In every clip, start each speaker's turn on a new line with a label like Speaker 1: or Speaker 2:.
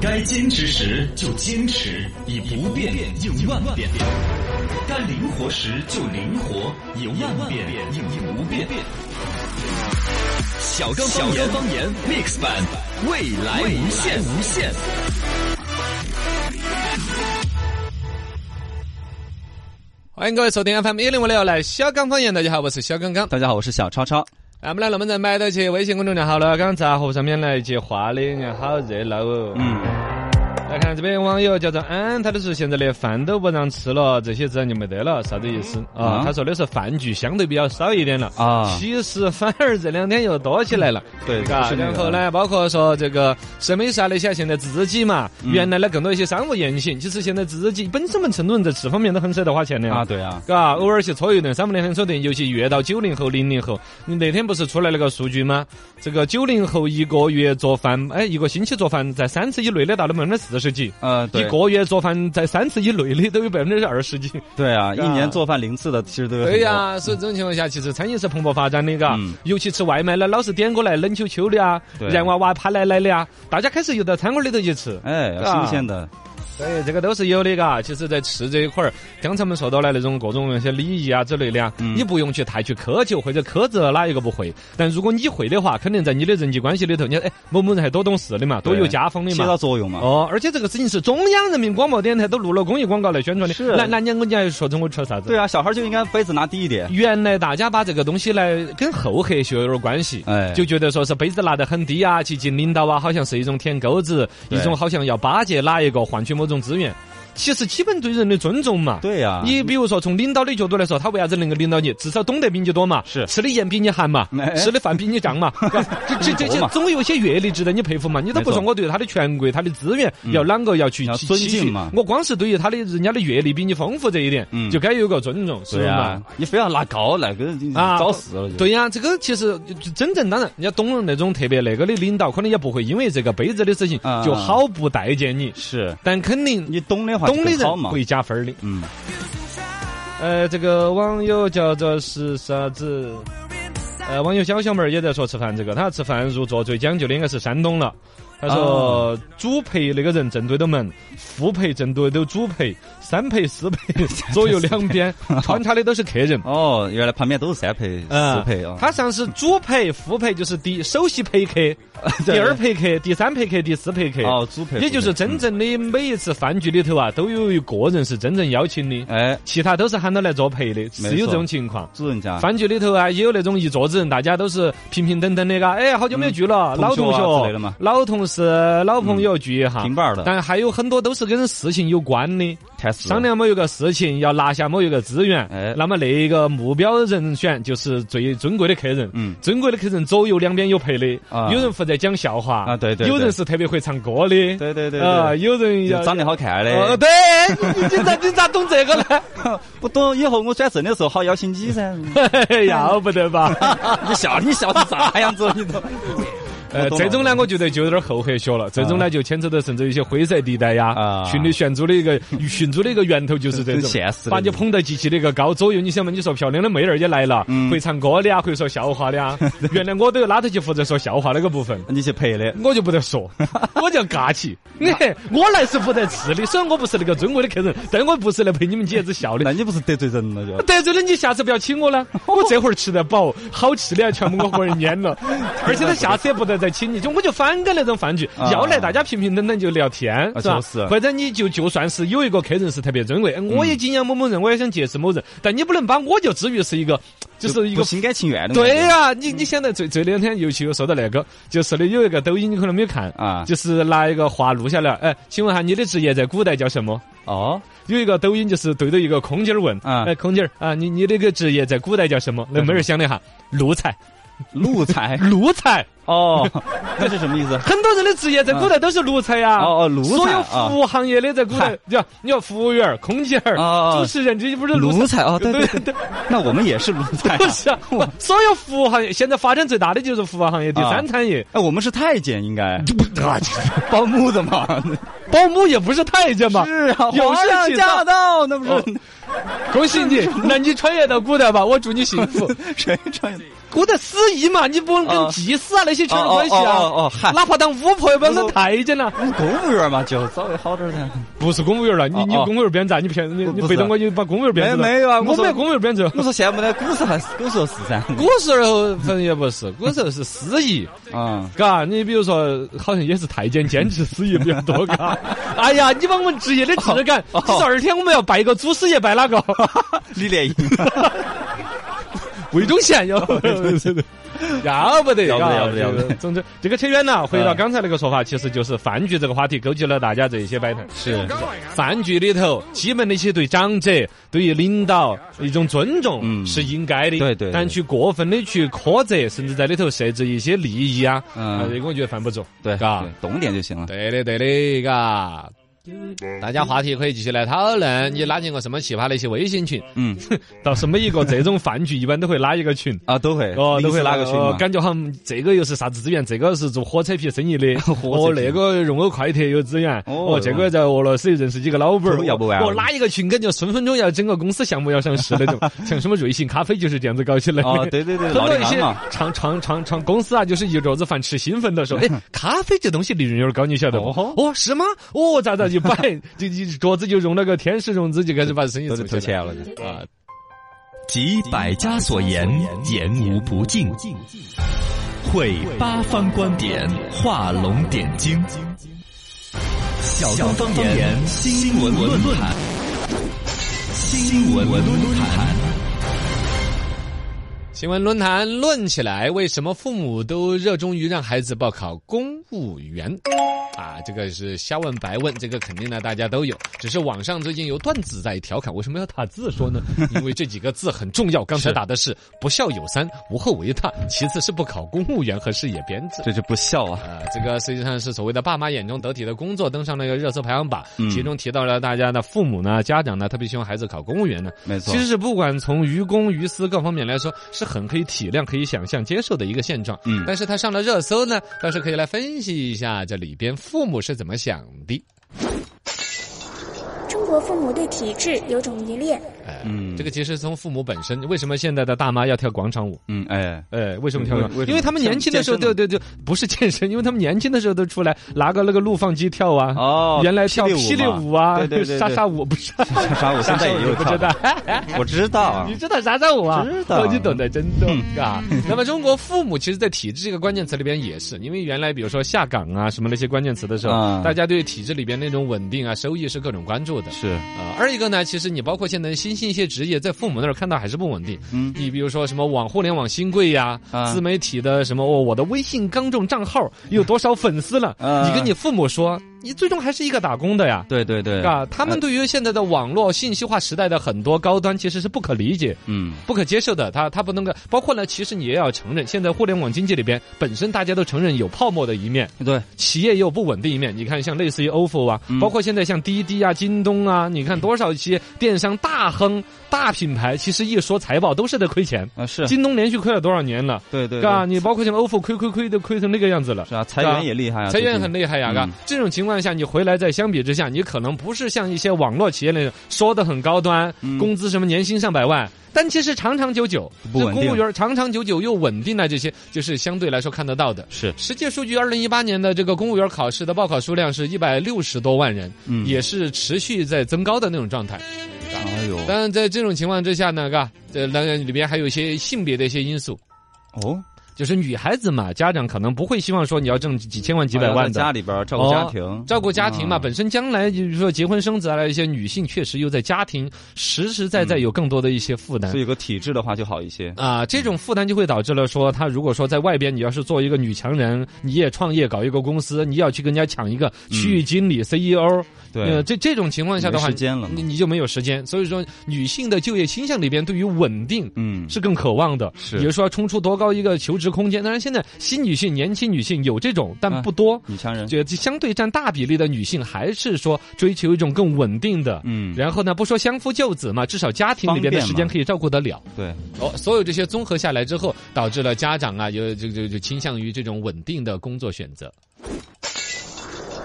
Speaker 1: 该坚持时就坚持，以不变应万变；该灵活时就灵活，以万变应不变。小刚方言方言 mix 版，未来无限无限。
Speaker 2: 欢迎各位收听 FM 一零五六来小刚方言，大家好，我是小刚刚。啊
Speaker 3: 大家好，我是小超超。
Speaker 2: 俺们来龙门阵买到起微信公众号了，刚杂货上面来接话的，人好热闹哦。
Speaker 3: 嗯，
Speaker 2: 来看这边网友叫做安，他都是现在连饭都不让吃了，这些自然就没得了，啥子意思啊？
Speaker 3: 啊
Speaker 2: 他说的是饭局相对比较少一点了
Speaker 3: 啊嗯
Speaker 2: 其实反而这两天又多起来了。
Speaker 3: 对
Speaker 2: 嘎，
Speaker 3: 是那啊
Speaker 2: 然
Speaker 3: 个
Speaker 2: 后呢，包括说这个审美啥的，像现在自己嘛，
Speaker 3: 嗯
Speaker 2: 原来呢更多一些商务言行，其实现在自己本身们成都人在这方面都很舍得花钱的呀
Speaker 3: 啊，对啊，
Speaker 2: 嘎，偶尔去搓一顿，三不两天搓一顿，尤其越到九零后、零零后，你那天不是出来那个数据吗？这个九零后一个月做饭，哎，一个星期做饭在三次以内的达到百分之四十几，
Speaker 3: 呃，
Speaker 2: 一
Speaker 3: 对，
Speaker 2: 个月做饭在三次以内的都有百分之二十 几。
Speaker 3: 对啊，
Speaker 2: 嘎
Speaker 3: 一年做饭零次的其实都有很多。
Speaker 2: 对呀、所以这种情况下，其实餐饮是蓬勃发展的，嘎、
Speaker 3: 嗯
Speaker 2: 尤其吃外卖的，老是点过来冷秋秋的啊，
Speaker 3: 对
Speaker 2: 然娃娃趴奶奶的啊，大家开始又到餐馆里头去吃。
Speaker 3: 哎，
Speaker 2: 嘎
Speaker 3: 新鲜的，
Speaker 2: 对，啊这个都是有的，嘎。其实，在吃这一块儿，刚才我们说到的那种各种那些礼仪啊之类的啊，你不用去太去苛求或者苛责哪一个不会。但如果你会的话，肯定在你的人际关系里头，你看哎，某某人还多懂事的嘛，多有家风的
Speaker 3: 起到
Speaker 2: 嘛。
Speaker 3: 作用嘛。
Speaker 2: 哦，而且这个事情是中央人民广播电台都录了公益广告来宣传的。
Speaker 3: 是
Speaker 2: 那那年我你还说成我吃啥子？
Speaker 3: 对啊，小孩就应该杯子拿低一点。
Speaker 2: 原来大家把这个东西呢跟厚黑学有点关系，
Speaker 3: 哎
Speaker 2: 就觉得说是杯子拿得很低啊，去敬领导啊，好像是一种舔狗子，
Speaker 3: 对
Speaker 2: 一种好像要巴结哪一个换取某种资源。其实基本对人的尊重嘛。
Speaker 3: 对呀、啊，
Speaker 2: 你比如说，从领导的角度来说，他为啥子能够领导你？至少懂得比你多嘛，
Speaker 3: 是
Speaker 2: 吃的盐比你寒嘛
Speaker 3: 哎，
Speaker 2: 吃的饭比你胀 嘛，这这这
Speaker 3: 多
Speaker 2: 些
Speaker 3: 嘛
Speaker 2: 总有一些阅历值得你佩服嘛。你都不
Speaker 3: 没错嗯
Speaker 2: 说我对他的权贵、他的资源要啷个要去
Speaker 3: 要
Speaker 2: 期
Speaker 3: 尊
Speaker 2: 期
Speaker 3: 敬
Speaker 2: 许
Speaker 3: 嘛
Speaker 2: 我光是对于他的人家的阅历比你丰富这一点
Speaker 3: 嗯，
Speaker 2: 就该有个尊重，是不
Speaker 3: 对啊
Speaker 2: 是
Speaker 3: 呀、
Speaker 2: 嘛？
Speaker 3: 你非要拿高，那个你
Speaker 2: 啊
Speaker 3: 找嗯死了就。
Speaker 2: 对呀、这个其实就真正当然，人家懂了那种特别那个的领导，可能也不会因为这个杯子的事情
Speaker 3: 啊
Speaker 2: 就好不待见你，
Speaker 3: 是
Speaker 2: 但肯定
Speaker 3: 你懂的话就
Speaker 2: 懂的
Speaker 3: 更好
Speaker 2: 人
Speaker 3: 嘛。
Speaker 2: 会加分儿的。
Speaker 3: 嗯，
Speaker 2: 呃，这个网友叫做是啥子？呃，网友小小妹儿也在说吃饭这个，她吃饭入座最讲究的应该是山东了。她
Speaker 3: 啊
Speaker 2: 说主陪那个人正对着门，副陪正对着主陪，三陪四 陪左右两边穿插的都是客人。
Speaker 3: 哦，原来旁边都是三陪、
Speaker 2: 嗯
Speaker 3: 四陪啊。
Speaker 2: 他像是主陪、副陪，就是第首席陪 客、第二陪客、第三陪客、第四陪客。
Speaker 3: 哦，主陪，
Speaker 2: 也就是
Speaker 3: 副陪
Speaker 2: 真正的每一次饭局里头啊，都有一个人是真正邀请的，
Speaker 3: 哎，
Speaker 2: 其他都是喊到来作陪的，
Speaker 3: 错
Speaker 2: 是有这种情况。
Speaker 3: 主人家
Speaker 2: 饭局里头啊，也有那种一桌子人，大家都是平平等等的，嘎，哎，好久没聚了，
Speaker 3: 嗯
Speaker 2: 老同
Speaker 3: 同学啊之类
Speaker 2: 学
Speaker 3: 的嘛、
Speaker 2: 老同事、老朋友聚一下
Speaker 3: 平。伴的，
Speaker 2: 但还有很多都是跟事情有关的，
Speaker 3: 太死了
Speaker 2: 商量某一个事情，要拿下某一个资源，
Speaker 3: 哎
Speaker 2: 那么那一个目标人选就是最尊贵的客人。
Speaker 3: 嗯
Speaker 2: 尊贵的客人左右两边有陪的，
Speaker 3: 啊
Speaker 2: 有人负责讲笑话
Speaker 3: 啊对对
Speaker 2: 有人
Speaker 3: 对
Speaker 2: 是特别会唱歌的，
Speaker 3: 对对对
Speaker 2: 啊，
Speaker 3: 对
Speaker 2: 有人
Speaker 3: 就
Speaker 2: 要
Speaker 3: 长得好看
Speaker 2: 哦，
Speaker 3: 的。
Speaker 2: 对，你你咋你咋懂这 个呢？
Speaker 3: 不懂以后我转正的时候好邀请你噻。
Speaker 2: 哎要不得吧？
Speaker 3: 你笑你笑成啥样子？ 你都
Speaker 2: 呃，这种呢，我觉得就有点厚黑学了。这种呢，就牵扯到甚至一些灰色地带呀
Speaker 3: 啊，
Speaker 2: 群里炫珠的一个 寻租的一个源头就是这
Speaker 3: 很
Speaker 2: 种
Speaker 3: 现实，的
Speaker 2: 把你捧到极其的一个高左右。你想嘛，你说漂亮的妹儿也来了，会唱歌的啊，会说笑话的啊。原来我都要拉他去负责说笑话那个部分。
Speaker 3: 你去陪的，
Speaker 2: 我就不得说，我就要尬 起。你看我来是负责吃的，虽然我不是那个尊贵的客人，但我不是来陪你们姐子笑的
Speaker 3: 那。你不是得罪人了 就？
Speaker 2: 得罪了你，下次不要请我了。我这会儿吃得饱，好吃的全部我个人撵了，而且他下次也不得再请你，就我就反感那种饭局。
Speaker 3: 啊
Speaker 2: 要来大家平平等等就聊天，
Speaker 3: 啊
Speaker 2: 是吧？
Speaker 3: 就是嗯
Speaker 2: 或者你就就算是有一个客人是特别尊贵，哎我也敬仰某某人，我也想结识某人，但你不能把我就置于是一个，就是一
Speaker 3: 不
Speaker 2: 个。
Speaker 3: 心甘情愿的。
Speaker 2: 对，呀、你你想到最最两天，尤其又说到那个，就是的有一个抖音，你可能没有看
Speaker 3: 啊
Speaker 2: 就是拿一个话录下来，哎，请问下你的职业在古代叫什么？
Speaker 3: 哦，
Speaker 2: 有一个抖音就是对着一个空姐儿问，
Speaker 3: 啊
Speaker 2: 哎，空姐儿啊，你你那个职业在古代叫什么？那妹儿想了一下，奴才，
Speaker 3: 奴才
Speaker 2: 奴才，
Speaker 3: 哦，那是什么意思？
Speaker 2: 很多人的职业在古代都是奴才呀。
Speaker 3: 啊哦哦奴才
Speaker 2: 所有服务行业的在古代
Speaker 3: 嗨，
Speaker 2: 你要你要服务员儿、空姐儿、
Speaker 3: 哦哦
Speaker 2: 主持人，这不是奴
Speaker 3: 奴
Speaker 2: 才。
Speaker 3: 才哦，对
Speaker 2: 对
Speaker 3: 对对对， 那 我们也是奴才 啊
Speaker 2: 不。是啊，不所有服务行业现在发展最大的就是服务行业、第
Speaker 3: 啊
Speaker 2: 三产业。
Speaker 3: 哎，我们是太监，应该
Speaker 2: 这不 啊，
Speaker 3: 保姆的嘛？
Speaker 2: 保姆也不是太监嘛。
Speaker 3: 是 啊，
Speaker 2: 有
Speaker 3: 皇上
Speaker 2: 事情
Speaker 3: 驾到，那不
Speaker 2: 哦
Speaker 3: 是
Speaker 2: 恭喜你，那你穿越到古代吧，我祝你幸福。
Speaker 3: 谁穿？
Speaker 2: 顾得死意嘛，你不能跟祭祀啊那些扯上关系
Speaker 3: 哦
Speaker 2: 啊。
Speaker 3: 哦哦哦嗨
Speaker 2: 哪怕当巫婆，也不要当太监呐。
Speaker 3: 公务员嘛，就稍微好点儿噻。
Speaker 2: 不是公务员了，你
Speaker 3: 哦
Speaker 2: 你
Speaker 3: 哦
Speaker 2: 公务员编制啊，你骗你
Speaker 3: 不
Speaker 2: 你
Speaker 3: 不
Speaker 2: 背
Speaker 3: 是
Speaker 2: 到我，你把公务员编制了
Speaker 3: 没没有啊
Speaker 2: 我
Speaker 3: 我说
Speaker 2: 没有公务员编制。
Speaker 3: 我说现在没得古时候还是古时候是噻。
Speaker 2: 古时候反正也不是，古时候是司仪，
Speaker 3: 嗯，
Speaker 2: 嘎，你比如说好像也是太监兼职司仪比较多，嘎。哎呀，你把我们职业的质感，
Speaker 3: 哦哦
Speaker 2: 你说二天我们要拜一个祖师爷，拜哪个？
Speaker 3: 李莲英，
Speaker 2: 魏忠贤要 要不得，
Speaker 3: 要不得
Speaker 2: 嘎
Speaker 3: 要不得要不得
Speaker 2: 这个总之，这个扯远了，回到
Speaker 3: 嗯
Speaker 2: 刚才那个说法，其实就是饭局这个话题勾起了大家这一些摆摊。
Speaker 3: 是
Speaker 2: 饭局里头，基本的一些对长者、对于领导一种尊重
Speaker 3: 嗯
Speaker 2: 是应该的，
Speaker 3: 对对对
Speaker 2: 但去过分的去苛责，甚至在里头设置一些利益啊，
Speaker 3: 嗯
Speaker 2: 啊，这个我觉得犯不着，
Speaker 3: 对，
Speaker 2: 嘎
Speaker 3: 对，懂点就行了。
Speaker 2: 对的对的，嘎。大家话题可以继续来讨论，你拉进个什么奇葩的一些微信群？
Speaker 3: 嗯，
Speaker 2: 到什么一个这种饭局，一般都会拉一个群。
Speaker 3: 啊，都 会，
Speaker 2: 哦，
Speaker 3: 临
Speaker 2: 都
Speaker 3: 时
Speaker 2: 会
Speaker 3: 拉
Speaker 2: 拉
Speaker 3: 个
Speaker 2: 个
Speaker 3: 群
Speaker 2: 群、
Speaker 3: 嘛。
Speaker 2: 感觉好像这个又是啥子资源，这个是做火车皮生 意的，
Speaker 3: 火
Speaker 2: 哦
Speaker 3: 车，皮
Speaker 2: 那个用我快铁有资源，
Speaker 3: 哦
Speaker 2: 哦，这个在俄罗斯又认识几个老板儿，
Speaker 3: 都
Speaker 2: 哦
Speaker 3: 要不完
Speaker 2: 我拉一个群，感觉分分钟要整个公司项目要上市 那种，像什么瑞幸咖啡就是这样子搞起来的。
Speaker 3: 哦，对对对，
Speaker 2: 很
Speaker 3: 老啊
Speaker 2: 多
Speaker 3: 地
Speaker 2: 一
Speaker 3: 方
Speaker 2: 些
Speaker 3: 嘛。
Speaker 2: 长长长长公司啊，就是一桌子饭吃兴奋的 时候，哎，咖啡这东西利润有点高，你晓得不？
Speaker 3: 哦
Speaker 2: 哦，是吗？哦，咋咋就摆， 就一桌子就融了个天使融资，就开始把生意
Speaker 3: 都
Speaker 2: 做
Speaker 3: 是
Speaker 2: 起
Speaker 3: 投
Speaker 2: 来
Speaker 3: 钱了，
Speaker 2: 啊。
Speaker 1: 集百家所言，言无不尽；汇八方观点，画龙点睛。小刚方言新闻论坛，新闻论坛。
Speaker 2: 新闻论坛论起来，为什么父母都热衷于让孩子报考公务员？啊，这个是瞎问白问，这个肯定呢大家都有。只是网上最近有段子在调侃，为什么要打字说呢？因为这几个字很重要。刚才打的是“不孝有三，无后为大”，其次是不考公务员和事业编制。
Speaker 3: 这就不孝啊。
Speaker 2: 啊，这个实际上是所谓的爸妈眼中得体的工作登上了一个热搜排行榜，其中提到了大家的父母呢、家长呢，特别希望孩子考公务员呢。
Speaker 3: 没错
Speaker 2: 其实是不管从于公于私各方面来说，是很可以体谅、可以想象、接受的一个现状。
Speaker 3: 嗯
Speaker 2: 但是他上了热搜呢，倒是可以来分析一下这里边父母是怎么想的。
Speaker 4: 中国父母对体制有种依恋，
Speaker 3: 嗯
Speaker 2: 呃这个其实从父母本身，为什么现在的大妈要跳广场舞？
Speaker 3: 嗯，哎，
Speaker 2: 哎，为什么跳
Speaker 3: 为
Speaker 2: 广场
Speaker 3: 为
Speaker 2: 舞？
Speaker 3: 什么
Speaker 2: 因为他们年轻的时候，
Speaker 3: 健
Speaker 2: 对
Speaker 3: 身
Speaker 2: 对对，不是健身，因为他们年轻的时候都出来拿个那个录放机跳啊。
Speaker 3: 哦，
Speaker 2: 原来跳霹雳舞啊，
Speaker 3: 对 对对，
Speaker 2: 莎
Speaker 3: 对
Speaker 2: 莎舞不是？啊
Speaker 3: 莎莎舞现在 也有
Speaker 2: 不
Speaker 3: 跳
Speaker 2: 知道
Speaker 3: 的，，我知道啊
Speaker 2: 你。知道莎莎舞啊？
Speaker 3: 知道嗯
Speaker 2: 哦你懂得真多 啊。那么中国父母其实，在体制这个关键词里边也是，因为原来比如说下岗啊什么那些关键词的时候，
Speaker 3: 嗯
Speaker 2: 大家对体制里边那种稳定啊、收益是各种关注的。
Speaker 3: 是，
Speaker 2: 啊，二一个呢，其实你包括现在新兴一些职业，在父母那儿看到还是不稳定。
Speaker 3: 嗯
Speaker 2: 你比如说什么网互联网新贵呀、
Speaker 3: 啊
Speaker 2: 自媒体的什么，哦，我的微信刚中账 号有多少粉丝了？
Speaker 3: 啊
Speaker 2: 你跟你父母说，你最终还是一个打工的呀。
Speaker 3: 对对对，
Speaker 2: 啊，他们对于现在的网络信息化时代的很多高端，其实是不可理解、
Speaker 3: 嗯，
Speaker 2: 不可接受的。他他不能够，包括呢，其实你也要承认，现在互联网经济里边本身大家都承认有泡沫的一面，
Speaker 3: 对，
Speaker 2: 企业也有不稳定一面。你看，像类似于 OFO 啊，
Speaker 3: 嗯
Speaker 2: 包括现在像滴滴啊、京东啊，你看多少些电商大亨、大品牌，其实一说财报呃都是在亏钱。
Speaker 3: 啊是，
Speaker 2: 京东连续亏了多少年了？
Speaker 3: 对对，对
Speaker 2: 嘎，你包括像 OFO 亏亏亏都亏成那个样子了
Speaker 3: 是。啊，裁
Speaker 2: 是啊
Speaker 3: 员也厉害啊，
Speaker 2: 裁员
Speaker 3: 最近
Speaker 2: 很厉害呀、嘎、
Speaker 3: 嗯
Speaker 2: 这种情况下，你回来再相比之下，你可能不是像一些网络企业那种说的很高端，
Speaker 3: 嗯
Speaker 2: 工资什么年薪上百万，但其实长长久久，
Speaker 3: 不
Speaker 2: 这
Speaker 3: 稳
Speaker 2: 公
Speaker 3: 定
Speaker 2: 务员长长久久又稳定了，啊这些就是相对来说看得到的。
Speaker 3: 是，
Speaker 2: 实际数据，二零一八年的这个公务员考试的报考数量是一百六十多万人，
Speaker 3: 嗯
Speaker 2: 也是持续在增高的那种状态。
Speaker 3: 哎呦，
Speaker 2: 当然，在这种情况之下呢，嘎，这当然里边还有一些性别的一些因素，
Speaker 3: 哦，
Speaker 2: 就是女孩子嘛，家长可能不会希望说你要挣几千万、几百
Speaker 3: 哦还要
Speaker 2: 万的。
Speaker 3: 在
Speaker 2: 哦
Speaker 3: 家里边儿照顾家庭，
Speaker 2: 照顾家庭嘛，
Speaker 3: 啊
Speaker 2: 本身将来就是说结婚生子啊，一些女性确实又在家庭实实在在有更多的一些负担。
Speaker 3: 所以有个体制的话就好一些。
Speaker 2: 啊，这种负担就会导致了说，她如果说在外边，你要是做一个女强人，你也创业搞一个公司，你要去跟人家抢一个区域经理、CEO，呃，
Speaker 3: 嗯对，
Speaker 2: 这这种情况下的话，
Speaker 3: 没时间了嘛
Speaker 2: 你你就没有时间。所以说，女性的就业倾向里边，对于稳定
Speaker 3: 嗯，
Speaker 2: 是更渴望的，
Speaker 3: 是
Speaker 2: 比如说要冲出多高一个求职空间。当然，现在新女性、年轻女性有这种，但
Speaker 3: 啊
Speaker 2: 不多。
Speaker 3: 女强人，
Speaker 2: 这相对占大比例的女性，还是说追求一种更稳定的。
Speaker 3: 嗯，
Speaker 2: 然后呢，不说相夫教子嘛，至少家庭里边的时间可以照顾得了。
Speaker 3: 对，
Speaker 2: 哦，所有这些综合下来之后，导致了家长啊，有就就就倾向于这种稳定的工作选择。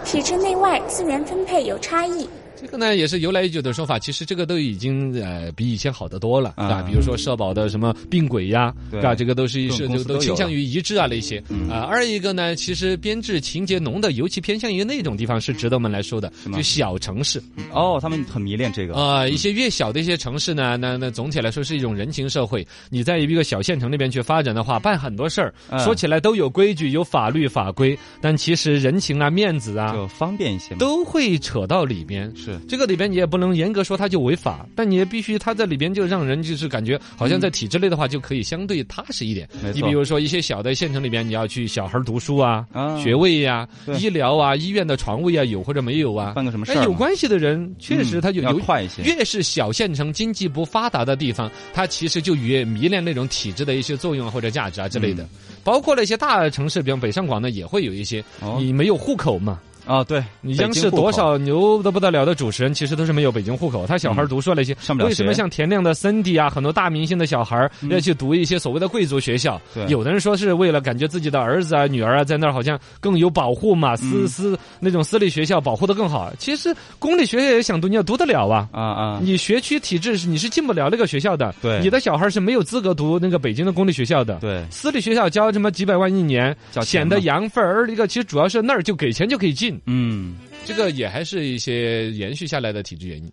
Speaker 4: 体制内外资源分配有差异，
Speaker 2: 这个呢也是由来已久的说法，其实这个都已经呃比以前好得多了，对吧？
Speaker 3: 啊
Speaker 2: 比如说社保的什么病轨呀，啊
Speaker 3: 对
Speaker 2: 吧？这个都是
Speaker 3: 各种
Speaker 2: 是
Speaker 3: 公
Speaker 2: 这
Speaker 3: 司
Speaker 2: 个
Speaker 3: 都
Speaker 2: 都倾
Speaker 3: 有
Speaker 2: 向
Speaker 3: 了
Speaker 2: 于一致啊那些
Speaker 3: 嗯
Speaker 2: 啊。二一个呢，其实编制情节浓的，尤其偏向于那种地方是值得我们来说的，
Speaker 3: 吗
Speaker 2: 就小城市
Speaker 3: 哦，他们很迷恋这个，
Speaker 2: 啊、一些越小的一些城市
Speaker 3: 嗯
Speaker 2: 呢，那那总体来说是一种人情社会。你在一个小县城那边去发展的话，办很多事儿，
Speaker 3: 嗯
Speaker 2: 说起来都有规矩、有法律法规，但其实人情啊、面子啊，
Speaker 3: 就方便一些嘛。
Speaker 2: 都会扯到里边。
Speaker 3: 是
Speaker 2: 这个里边你也不能严格说它就违法，但你也必须它在里边就让人就是感觉好像在体制内的话就可以相对踏实一点。
Speaker 3: 嗯没错
Speaker 2: 你比如说一些小的县城里边，你要去小孩儿读书啊、
Speaker 3: 啊
Speaker 2: 学位呀、
Speaker 3: 对
Speaker 2: 医疗啊、医院的床位啊有或者没有啊，
Speaker 3: 办个什么事
Speaker 2: 那
Speaker 3: 儿
Speaker 2: 有
Speaker 3: 嘛
Speaker 2: 关系的人确实他就
Speaker 3: 嗯要
Speaker 2: 有。
Speaker 3: 快一些，
Speaker 2: 越是小县城经济不发达的地方，他其实就越迷恋那种体制的一些作用啊或者价值啊之类
Speaker 3: 嗯
Speaker 2: 的。包括那些大城市，比方北上广呢，也会有一些。
Speaker 3: 哦
Speaker 2: 你没有户口嘛？
Speaker 3: 哦，对，
Speaker 2: 你
Speaker 3: 北
Speaker 2: 央
Speaker 3: 京
Speaker 2: 视
Speaker 3: 户
Speaker 2: 多
Speaker 3: 口
Speaker 2: 少牛的不得了的主持人，其实都是没有北京户口，他小孩
Speaker 3: 嗯
Speaker 2: 读书那些，
Speaker 3: 上不了
Speaker 2: 为什么
Speaker 3: 学嗯
Speaker 2: 像田亮的 Cindy 啊，很多大明星的小孩要去读一些所谓的贵族学校？
Speaker 3: 对
Speaker 2: 有的人说是为了感觉自己的儿子啊、女儿啊在那儿好像更有保护嘛，私
Speaker 3: 嗯
Speaker 2: 私那种私立学校保护的更好。其实公立学校也想读，你要读得了啊。
Speaker 3: 啊啊？
Speaker 2: 你学区体制是你是进不了那个学校的，
Speaker 3: 对
Speaker 2: 你的小孩是没有资格读那个北京的公立学校的。
Speaker 3: 对，
Speaker 2: 私立学校交这么几百万一年，
Speaker 3: 交钱
Speaker 2: 显得
Speaker 3: 嘛
Speaker 2: 洋份儿。而一个其实主要是那儿就给钱就可以进，
Speaker 3: 嗯，
Speaker 2: 这个也还是一些延续下来的体制原因。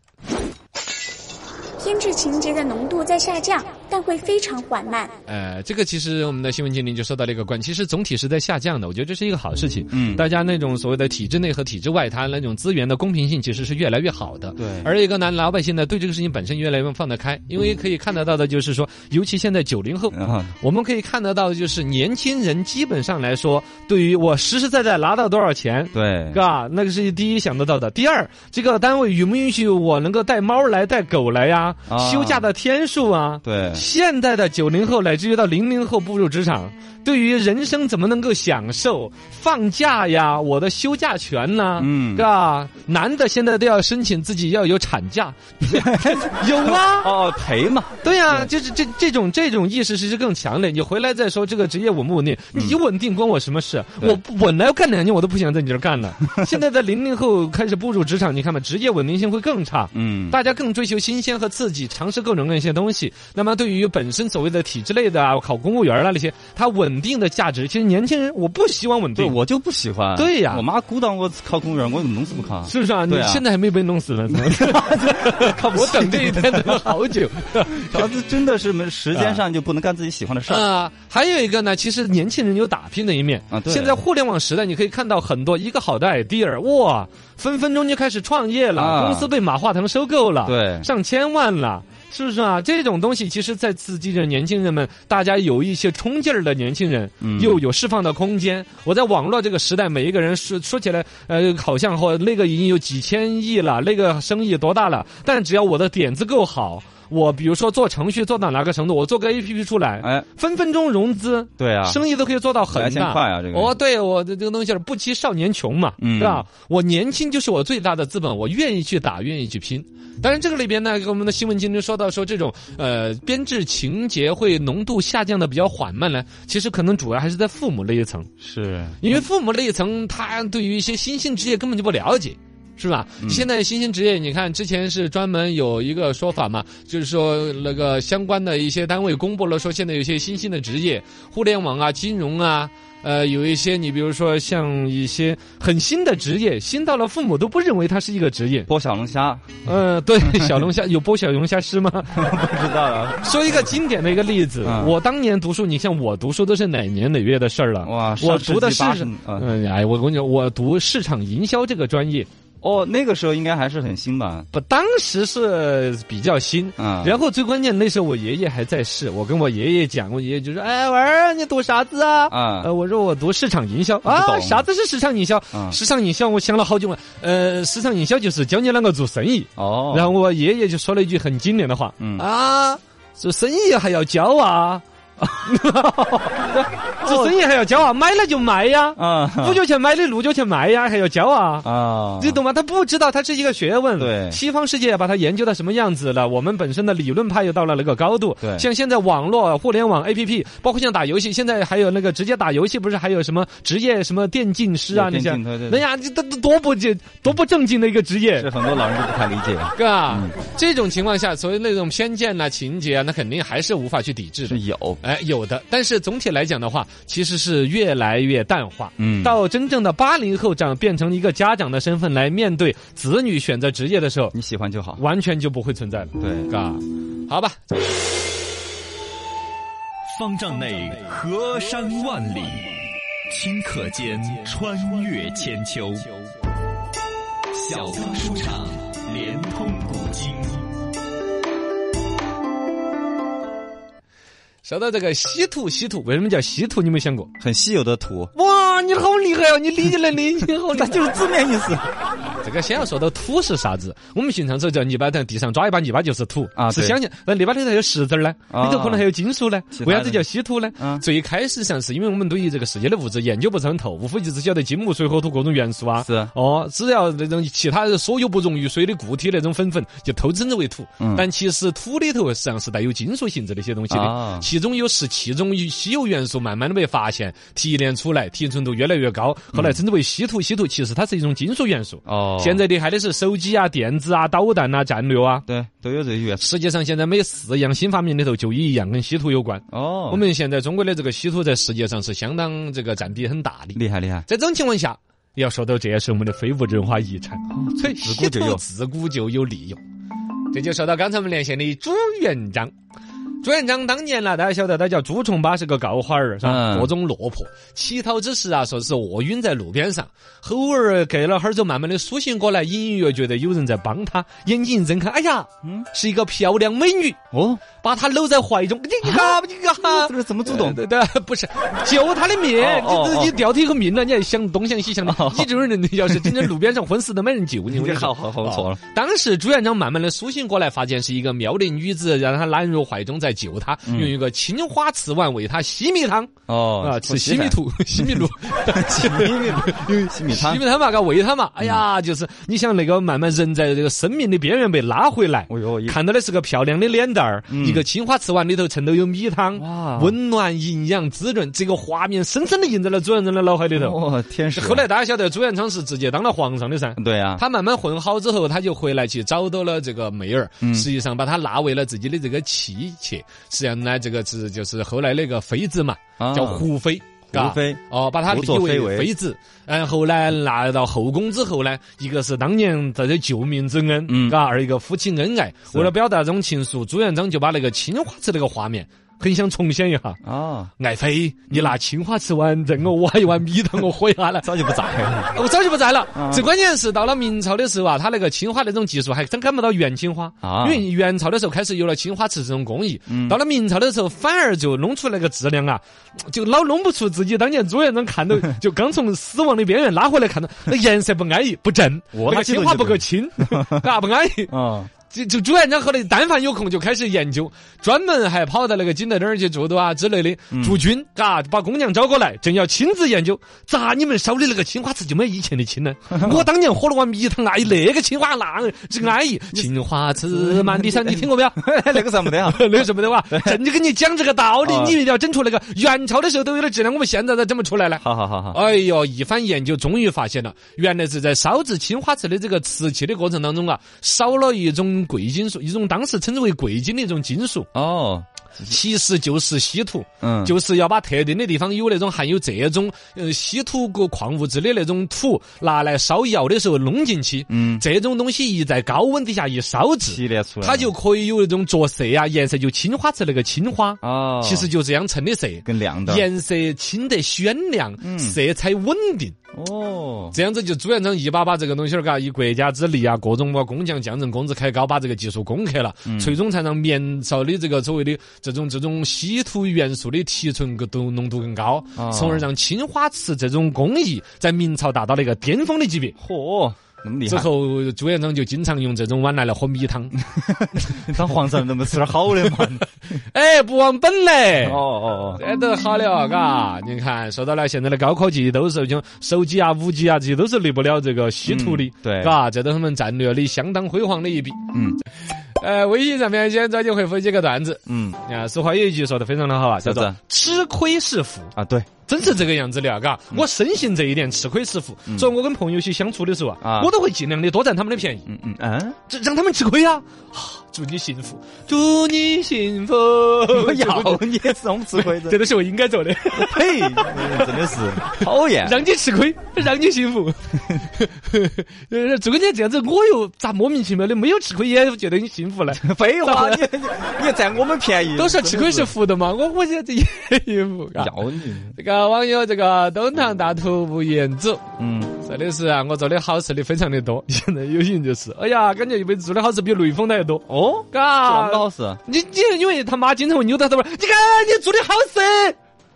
Speaker 4: 编制情节的浓度在下降，但会非常缓慢。
Speaker 2: 呃，这个其实我们的新闻精灵就说到了一个关，其实总体是在下降的，我觉得这是一个好事情。
Speaker 3: 嗯
Speaker 2: 大家那种所谓的体制内和体制外，它那种资源的公平性其实是越来越好的。
Speaker 3: 对
Speaker 2: 而一个呢，老百姓呢对这个事情本身越来越放得开，因为可以看得到的就是说，尤其现在九零后，
Speaker 3: 然后
Speaker 2: 我们可以看得到的就是年轻人基本上来说，对于我实实在在拿到多少钱，
Speaker 3: 对，
Speaker 2: 嘎，那个是第一想得到的。第二，这个单位允不允许我能够带猫来、带狗来呀、
Speaker 3: 啊
Speaker 2: 休假的天数啊？
Speaker 3: 对
Speaker 2: 现在的九零后乃至于到零零后步入职场，对于人生怎么能够享受放假呀、我的休假权呢、
Speaker 3: 嗯
Speaker 2: 嘎，男的现在都要申请自己要有产假， 有啊，
Speaker 3: 哦，赔嘛，
Speaker 2: 对呀、
Speaker 3: 啊
Speaker 2: 就是这这种这种意识其实更强烈。你回来再说这个职业稳不稳定，你稳定关我什么事？
Speaker 3: 嗯对
Speaker 2: 我不稳来干两年，我都不想在你这儿 干了。现在的零零后开始步入职场，你看吧，职业稳定性会更差。
Speaker 3: 嗯，
Speaker 2: 大家更追求新鲜和刺激，尝试各种各样一些东西。那么，对于本身所谓的体制类的啊，考公务员啊那些，它稳定的价值，其实年轻人我不希望稳
Speaker 3: 对
Speaker 2: 定，
Speaker 3: 我就不喜欢，
Speaker 2: 对呀
Speaker 3: 我妈鼓捣我考公务员，我怎么弄死不考 啊？
Speaker 2: 是不是啊？你
Speaker 3: 对啊
Speaker 2: 现在还没被弄死呢， 我等这一天等了好久。
Speaker 3: 主要是真的是没时间上就不能干自己喜欢的事儿，
Speaker 2: 啊、还有一个呢，其实年轻人有打拼的一面
Speaker 3: 啊对
Speaker 2: 现在互联网时代，你可以看到很多一个好的 idea，哇，分分钟就开始创业了，
Speaker 3: 啊
Speaker 2: 公司被马化腾收购了，
Speaker 3: 对
Speaker 2: 上千万了。是不是啊？这种东西其实，在刺激着年轻人们，大家有一些冲劲儿的年轻人，
Speaker 3: 嗯
Speaker 2: 又有释放的空间。我在网络这个时代，每一个人说说起来，呃，好像和那个已经有几千亿了，那个生意多大了，但只要我的点子够好，我比如说做程序做到哪个程度，我做个 APP 出来，
Speaker 3: 哎，
Speaker 2: 分分钟融资，
Speaker 3: 对啊，
Speaker 2: 生意都可以做到很
Speaker 3: 来钱
Speaker 2: 大。
Speaker 3: 快啊这个
Speaker 2: 哦，对我的这个东西是不欺少年穷嘛，
Speaker 3: 嗯
Speaker 2: 对吧？我年轻就是我最大的资本，我愿意去打，愿意去拼。当然，这个里边呢，跟我们的新闻今天说到说这种呃编制情节会浓度下降的比较缓慢呢，其实可能主要还是在父母那一层，
Speaker 3: 是
Speaker 2: 因为父母那一层他对于一些新兴职业根本就不了解。是吧？
Speaker 3: 嗯
Speaker 2: 现在新兴职业，你看之前是专门有一个说法嘛，就是说那个相关的一些单位公布了，说现在有一些新兴的职业，互联网啊、金融啊，呃，有一些你比如说像一些很新的职业，新到了父母都不认为它是一个职业。
Speaker 3: 剥小龙虾，
Speaker 2: 嗯、对， 小龙虾有剥小龙虾师吗？
Speaker 3: 不知道啊了，
Speaker 2: 说一个经典的一个例子，
Speaker 3: 嗯
Speaker 2: 我当年读书，你像我读书都是哪年哪月的事儿了？
Speaker 3: 哇，
Speaker 2: 我
Speaker 3: 上世
Speaker 2: 读的
Speaker 3: 纪
Speaker 2: 是
Speaker 3: 八十，嗯，
Speaker 2: 嗯，哎，我跟你讲，我读市场营销这个专业，
Speaker 3: 哦，那个时候应该还是很新吧，
Speaker 2: 不，当时是比较新。
Speaker 3: 啊，
Speaker 2: 然后最关键那时候我爷爷还在世，我跟我爷爷讲，我爷爷就说：“哎，娃儿，你读啥子啊？”
Speaker 3: 啊
Speaker 2: 呃，我说我读市场营销
Speaker 3: 不
Speaker 2: 啊，
Speaker 3: 懂
Speaker 2: 啥子是市场营销？
Speaker 3: 啊
Speaker 2: 市场营销，我想了好久嘛。呃，市场营销就是教你啷个做生意。
Speaker 3: 哦，
Speaker 2: 然后我爷爷就说了一句很经典的话：“
Speaker 3: 嗯
Speaker 2: 啊，做生意还要教啊。”
Speaker 5: 做生意还要教啊，买了就卖呀，
Speaker 3: 啊
Speaker 5: 五角钱买的六角钱卖呀，还要教啊。
Speaker 3: 啊，
Speaker 5: 你懂吗？他不知道，它是一个学问。
Speaker 3: 对
Speaker 5: 西方世界把它研究到什么样子了，我们本身的理论派又到了那个高度。
Speaker 3: 对
Speaker 5: 像现在网络、互联网 APP，包括像打游戏，现在还有那个直接打游戏，不是还有什么职业什么电竞师啊？
Speaker 3: 有
Speaker 5: 你
Speaker 3: 电
Speaker 5: 想
Speaker 3: 竞，对对
Speaker 5: 哎
Speaker 3: 对
Speaker 5: 呀，这这这多不正多不正经的一个职业
Speaker 3: 是。嗯很多老人都不太理解，
Speaker 2: 哥啊，这种情况下，所谓那种偏见呐、情节啊，那肯定还是无法去抵制的
Speaker 3: 是。有，
Speaker 2: 哎，有的，但是总体来讲的话，其实是越来越淡化。
Speaker 3: 嗯
Speaker 5: 到真正的八零后长变成一个家长的身份来面对子女选择职业的时候，
Speaker 3: 你喜欢就好，
Speaker 5: 完全就不会存在了。
Speaker 3: 对。
Speaker 2: 啊，好吧，
Speaker 1: 方丈内河山万里，顷刻间穿越千秋。小刚书场，连通古今。
Speaker 2: 说到这个稀土，稀土，
Speaker 5: 为什么叫习土？你有没有想过？
Speaker 3: 很稀有的土，
Speaker 5: 哇，你好厉害哦！你理解能力， 你好厉害。
Speaker 3: 就是字面意思
Speaker 2: 这个先要说到土是啥子？我们平常说叫泥巴在地上抓一把泥巴就是土
Speaker 3: 啊
Speaker 2: 是
Speaker 3: 对
Speaker 2: 相信。那泥巴里头还有石子儿呢，
Speaker 3: 啊
Speaker 2: 里头可能还有金属呢
Speaker 3: 其，他的
Speaker 2: 为啥子叫稀土呢
Speaker 3: 嗯？
Speaker 2: 最开始上是因为我们对于这个世界的物质研究不是很透，无非就是晓得金木水火土各种元素啊。
Speaker 3: 是
Speaker 2: 哦，只要那种其他所有不溶于水的固体那种粉粉，就都称之为土。
Speaker 3: 嗯
Speaker 2: 但其实土里头实际上是带有金属性质的一些东西的
Speaker 3: 啊，
Speaker 2: 其中有十七种稀有元素，慢慢的被发现提炼出来，提纯度越来越高，后
Speaker 3: 嗯
Speaker 2: 来称之为稀土。稀土其实它是一种金属元素。
Speaker 3: 哦
Speaker 2: 现在厉害的是手机啊、电子啊、导弹啊、战略啊。
Speaker 3: 对都有这些元素
Speaker 2: 实际上，现在每四样新发明里头就有一样跟稀土有关。
Speaker 3: 哦
Speaker 2: 我们现在中国的这个稀土在世界上是相当这个占比很大的。
Speaker 3: 厉害厉害，
Speaker 2: 在这种情况下，要说到这也是我们的非物质文化遗产，所以
Speaker 3: 哦自古就有
Speaker 2: 稀土自古就有利用。这就说到刚才我们连线的朱元璋。朱元璋当年呢，大家晓得他叫朱重八，是个告花儿，是吧？
Speaker 3: 嗯
Speaker 2: 各种落魄，乞讨之时啊，说是饿晕在路边上，偶尔隔了会儿就慢慢的苏醒过来，隐隐约觉得有人在帮他，眼睛一睁开，哎呀，
Speaker 3: 嗯
Speaker 2: 是一个漂亮美女，
Speaker 3: 哦，
Speaker 2: 把他搂在怀中，你
Speaker 3: 啊
Speaker 2: 个你个
Speaker 3: 这，是怎么主动
Speaker 2: 对对， 对不是救他的命，
Speaker 3: 哦
Speaker 2: 你
Speaker 3: 哦
Speaker 2: 你掉他一个命了，你还想东想西想的
Speaker 3: 哦，
Speaker 2: 你这种人要是今天路边上昏死都没人救你，我跟你
Speaker 3: 好
Speaker 2: 说。
Speaker 3: 好好错了，
Speaker 2: 当时朱元璋慢慢的苏醒过来，发现是一个妙龄女子，让他揽入怀中在救他，用一个青花瓷碗喂他西米汤
Speaker 3: 嗯哦
Speaker 2: 啊，吃西米，土、 西米 露、
Speaker 3: 西米 有西米汤
Speaker 2: 西米，汤嘛，给他喂
Speaker 3: 嗯
Speaker 2: 他嘛。哎呀，就是你想那个慢慢人在这个生命的边缘被拉回来，
Speaker 3: 哎呦，一
Speaker 2: 看到的是个漂亮的脸蛋儿，
Speaker 3: 嗯
Speaker 2: 一个青花瓷碗里头盛都有米汤，
Speaker 3: 哇
Speaker 2: 温暖、营养、滋润，这个画面深深的印在了主人人的脑海里头。
Speaker 3: 哦天使，
Speaker 2: 后来大家晓得朱元璋是直接当了皇上的噻。
Speaker 3: 对啊，
Speaker 2: 他慢慢混好之后，他就回来去找到了这个妹儿，
Speaker 3: 嗯
Speaker 2: 实际上把她纳为了自己的这个妻妾。实际上呢，这个是就是后来那个妃子嘛，
Speaker 3: 啊
Speaker 2: 叫胡妃。嘎
Speaker 3: 妃
Speaker 2: 哦，把她
Speaker 3: 胡
Speaker 2: 立
Speaker 3: 作非
Speaker 2: 为
Speaker 3: 为
Speaker 2: 妃子，然后呢，拿到后宫之后呢，一个是当年大家救命之恩，
Speaker 3: 嗯
Speaker 2: 嘎，二一个夫妻恩爱。
Speaker 3: 是
Speaker 2: 为了表达这种情愫，朱元璋就把那个青花瓷那个画面，很想重现一下。
Speaker 3: 啊，
Speaker 2: 爱妃，你拿青花瓷碗让我挖一碗米汤，我喝一下来。
Speaker 3: 早就不在 了，
Speaker 2: 我早就不在了。
Speaker 3: 嗯
Speaker 2: 最关键是到了明朝的时候啊，它那个青花那种技术还真赶不到元青花
Speaker 3: 啊嗯
Speaker 2: 因为元朝的时候开始有了青花瓷这种工艺，到了明朝的时候反而就弄出那个质量啊，就老弄不出自己当年朱元璋看 到就刚从死亡的边缘拉回来看到，那颜色不安逸不正，那
Speaker 3: 我
Speaker 2: 个
Speaker 3: 哪记得
Speaker 2: 青花
Speaker 3: 就
Speaker 2: 不
Speaker 3: 不
Speaker 2: 够青， 啊不安逸。
Speaker 3: 啊，
Speaker 2: 就就朱元璋后来但凡有空就开始研究，专门还跑到那个景德镇儿去住的啊之类的。驻军嘎、把工匠招过来，正要亲自研究，咋你们烧的那个青花瓷就没以前的清呢？我当年喝了碗米汤，哎，那个青花那这安逸。青花瓷满地香，你听过没有？
Speaker 3: 那个啥没得啊，
Speaker 2: 那个什么的哇，朕就跟你讲这个道理，
Speaker 3: 啊
Speaker 2: 你一定要整出那个元朝的时候都有的质量，我们现在才整不出来呢。
Speaker 3: 好好好好，
Speaker 2: 哎呦，一番研究，终于发现了，原来是在烧制青花瓷的这个瓷器的过程当中啊，烧了一种贵金属，一种当时称之为贵金的一种金属，
Speaker 3: 哦，
Speaker 2: 其实就是稀土，
Speaker 3: 嗯，
Speaker 2: 就是要把特定的地方有那种含有这种呃稀土各矿物质的那种土拿来烧窑的时候弄进去，
Speaker 3: 嗯，
Speaker 2: 这种东西一在高温底下一烧制，
Speaker 3: 系列出来了，
Speaker 2: 它就可以有那种着色啊，颜色就青花瓷那个青花，
Speaker 3: 哦，
Speaker 2: 其实就这样衬的色。
Speaker 3: 跟嗯亮的，
Speaker 2: 颜色清得鲜亮，色彩稳定，
Speaker 3: 哦，
Speaker 2: 这样子就朱元璋一把把这个东西儿，嘎，以国家之力啊，各种把工匠匠人工资开高，把这个技术攻克了，最终才让明朝的这个所谓的这种这种稀土元素的提纯度浓度更高，
Speaker 3: 哦
Speaker 2: 从而让青花瓷这种工艺在明朝达到了一个巅峰的级别。
Speaker 3: 嚯，那么厉
Speaker 2: 之
Speaker 3: 害，
Speaker 2: 后朱元璋就经常用这种碗来来喝米汤。
Speaker 3: 当皇上那么吃点好的嘛？
Speaker 2: 哎，不忘本嘞。
Speaker 3: 哦哦哦，
Speaker 2: 这哎都好了，嘎！你看，说到了现在的高科技，都是像手机啊、五 G 啊，这些都是离不了这个稀土的
Speaker 3: 嗯，对
Speaker 2: 嘎，这都是他们战略里相当辉煌的一笔。
Speaker 3: 嗯
Speaker 2: 呃，微信上面先抓紧回复几个段子
Speaker 3: 嗯，
Speaker 2: 啊，俗话有一句说的非常的好啊，叫
Speaker 3: 啥子
Speaker 2: 做
Speaker 3: 啊
Speaker 2: “吃亏是福
Speaker 3: 啊对，”，
Speaker 2: 真是这个样子的啊，嘎！
Speaker 3: 嗯
Speaker 2: 我深信这一点，吃亏是福。所以我跟朋友一起相处的时候啊
Speaker 3: 啊，
Speaker 2: 我都会尽量的多占他们的便宜，
Speaker 3: 嗯嗯嗯，
Speaker 2: 这让他们吃亏啊！啊祝你幸福，祝你幸福。
Speaker 3: 我要
Speaker 2: 这
Speaker 3: 你也是我们吃亏 的
Speaker 2: 这，都是我应该做的。
Speaker 3: 呸！ 真的是讨厌。
Speaker 2: 让你吃亏，让你幸福。 呃，这个你这样子，我又咋莫名其妙的没有吃亏，也觉得你幸福了？
Speaker 3: 废
Speaker 2: 话
Speaker 3: 话，你你占我们便宜，
Speaker 2: 都说吃亏是福的嘛，我我现在也幸福。嘎
Speaker 3: 要你，
Speaker 2: 这个网友这个东堂大徒无言子
Speaker 3: 嗯，
Speaker 2: 说的是啊，我做的好吃的非常的多。现在有些人就是，哎呀，感觉一辈子做的好事比雷锋的还多。
Speaker 3: 哦，做
Speaker 2: 嘎
Speaker 3: 那么，多好事，啊
Speaker 2: 你你因为他妈经常会扭到他们，你看你做的好事。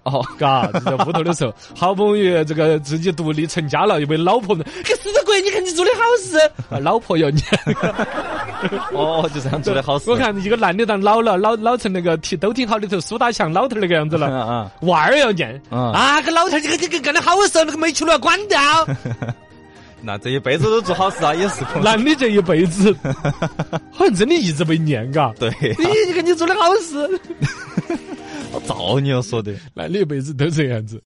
Speaker 3: 哦，
Speaker 2: 嘎，就在屋头的时候，好不容易这个自己独立成家了，又被老婆们，个死鬼，你看你做的好事，啊老婆哟，你
Speaker 3: 哦，就这样做的好事，
Speaker 2: 我看一个男的当老了，老老成那个体都挺好里头，苏大强老头那个样子
Speaker 3: 嗯，
Speaker 2: 了，
Speaker 3: 嗯
Speaker 2: 娃儿要念
Speaker 3: 嗯
Speaker 2: 啊，个老头这个这个干的好事，那个煤球都要关掉。
Speaker 3: 嗯，那这一辈子都做好事啊，也是可能，
Speaker 2: 男的这一辈子，好像真的一直被念，嘎。
Speaker 3: 对，
Speaker 2: 你 你看你做的好事，
Speaker 3: 造你要说的。
Speaker 2: 男的一辈子都这样子。